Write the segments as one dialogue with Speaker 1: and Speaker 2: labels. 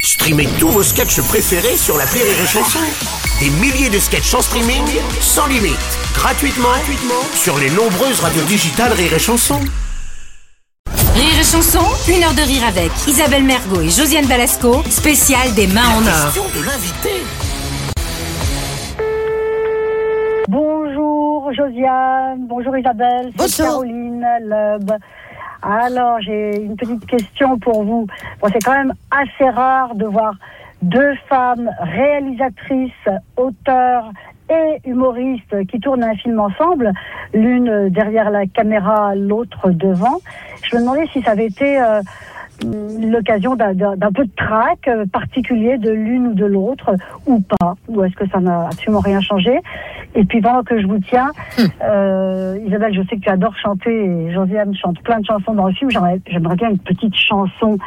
Speaker 1: Streamez tous vos sketchs préférés sur la Rire et Chanson. Des milliers de sketchs en streaming, sans limite, gratuitement, gratuitement sur les nombreuses radios digitales Rire et Chanson.
Speaker 2: Rire et chanson, une heure de rire avec Isabelle Mergot et Josiane Balasco, spécial des mains en or.
Speaker 1: Question de l'invité.
Speaker 3: Bonjour Josiane, bonjour Isabelle, c'est
Speaker 4: Bonjour.
Speaker 3: Caroline Loeb. Alors, j'ai une petite question pour vous. Bon, c'est quand même assez rare de voir deux femmes réalisatrices, auteurs et humoristes qui tournent un film ensemble, l'une derrière la caméra, l'autre devant. Je me demandais si ça avait été euh, l'occasion d'un- d'un d'un peu de trac euh, particulier de l'une ou de l'autre, ou pas, ou est-ce que ça n'a absolument rien changé Et puis pendant que je vous tiens,
Speaker 5: Hmm.
Speaker 3: euh, Isabelle, je sais que tu adores chanter, et Josiane chante plein de chansons dans le film, j'aimerais j'aimerais bien une petite chanson,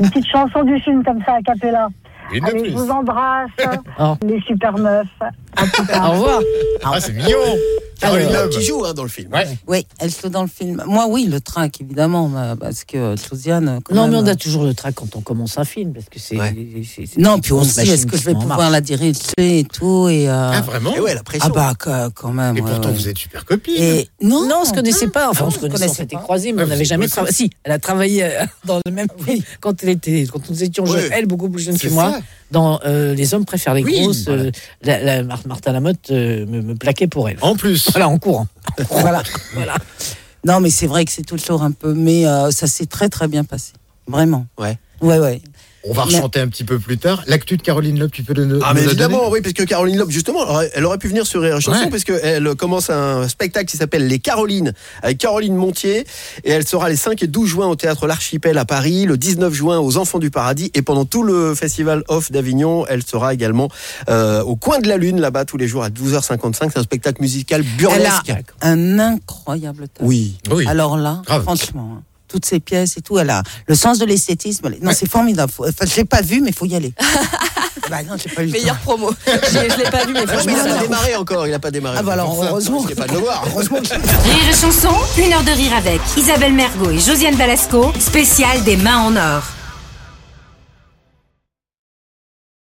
Speaker 3: une petite chanson du film comme ça, à cappella.
Speaker 5: Une de
Speaker 3: Allez,
Speaker 5: plus.
Speaker 3: je vous embrasse,
Speaker 4: Oh.
Speaker 3: les super meufs. À plus tard.
Speaker 4: Au revoir.
Speaker 5: Ah, c'est mignon Ah, Caroline
Speaker 4: Alors,
Speaker 5: Loeb.
Speaker 6: qui joue hein, dans le film.
Speaker 5: Ouais.
Speaker 4: Oui,
Speaker 7: Elle joue dans le film. Moi, oui, le trac, évidemment, bah, parce que euh, Josiane. quand
Speaker 4: non,
Speaker 7: même,
Speaker 4: mais on
Speaker 7: euh,
Speaker 4: a toujours le trac quand on commence un film, parce que c'est.
Speaker 6: Ouais.
Speaker 4: c'est- c'est-
Speaker 7: Non, puis
Speaker 4: on
Speaker 7: on
Speaker 4: se
Speaker 7: se dit,
Speaker 4: machine
Speaker 7: est-ce que je
Speaker 4: qui
Speaker 7: vais
Speaker 4: s'en
Speaker 7: pouvoir
Speaker 4: marche.
Speaker 7: la diriger et tout et, euh,
Speaker 5: Ah, vraiment
Speaker 1: eh
Speaker 6: Et Eh ouais, la pression.
Speaker 7: Ah, bah, qu- quand même.
Speaker 5: Et
Speaker 7: ouais,
Speaker 5: pourtant,
Speaker 7: ouais.
Speaker 5: vous êtes super copine.
Speaker 7: Et... Non,
Speaker 4: Non, on se connaissait pas. Enfin,
Speaker 7: Ah,
Speaker 4: on
Speaker 7: on
Speaker 4: se
Speaker 7: se
Speaker 4: connaissait, on
Speaker 7: connaissait
Speaker 4: s'était
Speaker 7: pas.
Speaker 4: croisés,
Speaker 5: Ah,
Speaker 4: mais on
Speaker 5: vous
Speaker 4: n'avait
Speaker 5: êtes
Speaker 4: jamais
Speaker 5: bossés.
Speaker 4: travaillé. Si, elle a travaillé euh, dans le même film quand, elle était, quand nous étions jeunes,
Speaker 6: Oui.
Speaker 4: elle beaucoup plus jeune que
Speaker 5: C'est
Speaker 4: moi.
Speaker 5: ça.
Speaker 4: Dans euh, Les hommes préfèrent les
Speaker 5: Oui,
Speaker 4: grosses,
Speaker 5: voilà.
Speaker 4: euh, la, la Mar- Martin Lamotte euh, me, me plaquait pour elle.
Speaker 5: En plus.
Speaker 4: Voilà, en courant. voilà. voilà.
Speaker 7: Non, mais c'est vrai que c'est toujours un peu. Mais euh, ça s'est très, très bien passé. Vraiment.
Speaker 6: Ouais.
Speaker 7: Ouais, ouais.
Speaker 5: On va rechanter un petit peu plus tard. L'actu de Caroline Loeb, tu peux le
Speaker 6: Ah, mais
Speaker 5: nous la
Speaker 6: évidemment,
Speaker 5: donner
Speaker 6: oui, parce que Caroline Loeb, justement, elle aurait- elle aurait pu venir sur Rire et Chanson,
Speaker 5: Ouais.
Speaker 6: parce qu'elle commence un spectacle qui s'appelle Les Carolines, avec Caroline Montier, et elle sera les 5 et 12 juin au Théâtre L'Archipel à Paris, le 19 juin aux Enfants du Paradis, et pendant tout le Festival Off d'Avignon, elle sera également euh, au coin de la Lune, là-bas, tous les jours à 12h55. C'est un spectacle musical
Speaker 7: Elle
Speaker 6: burlesque.
Speaker 7: a un incroyable talent.
Speaker 6: Oui.
Speaker 5: Oui.
Speaker 7: Alors là,
Speaker 5: Grave.
Speaker 7: franchement, hein, toutes ces pièces et tout, elle a le sens de l'esthétisme. elle est- Non, c'est formidable. Faut- Enfin, je l'ai pas vu, mais faut y aller. bah non, j'ai pas eu le temps.
Speaker 8: Meilleure promo. J'ai- Je l'ai pas vu, mais
Speaker 6: Ah, mais
Speaker 8: franchement,
Speaker 6: il
Speaker 8: ça
Speaker 6: a
Speaker 8: m'a-
Speaker 6: pas démarré encore, il a pas démarré.
Speaker 7: Ah, bah alors, heureusement.
Speaker 6: Je pas de le voir.
Speaker 7: Heureusement que je-
Speaker 2: Rire et chanson, une heure de rire avec Isabelle Mergot et Josiane Balasco, spécial des mains en or.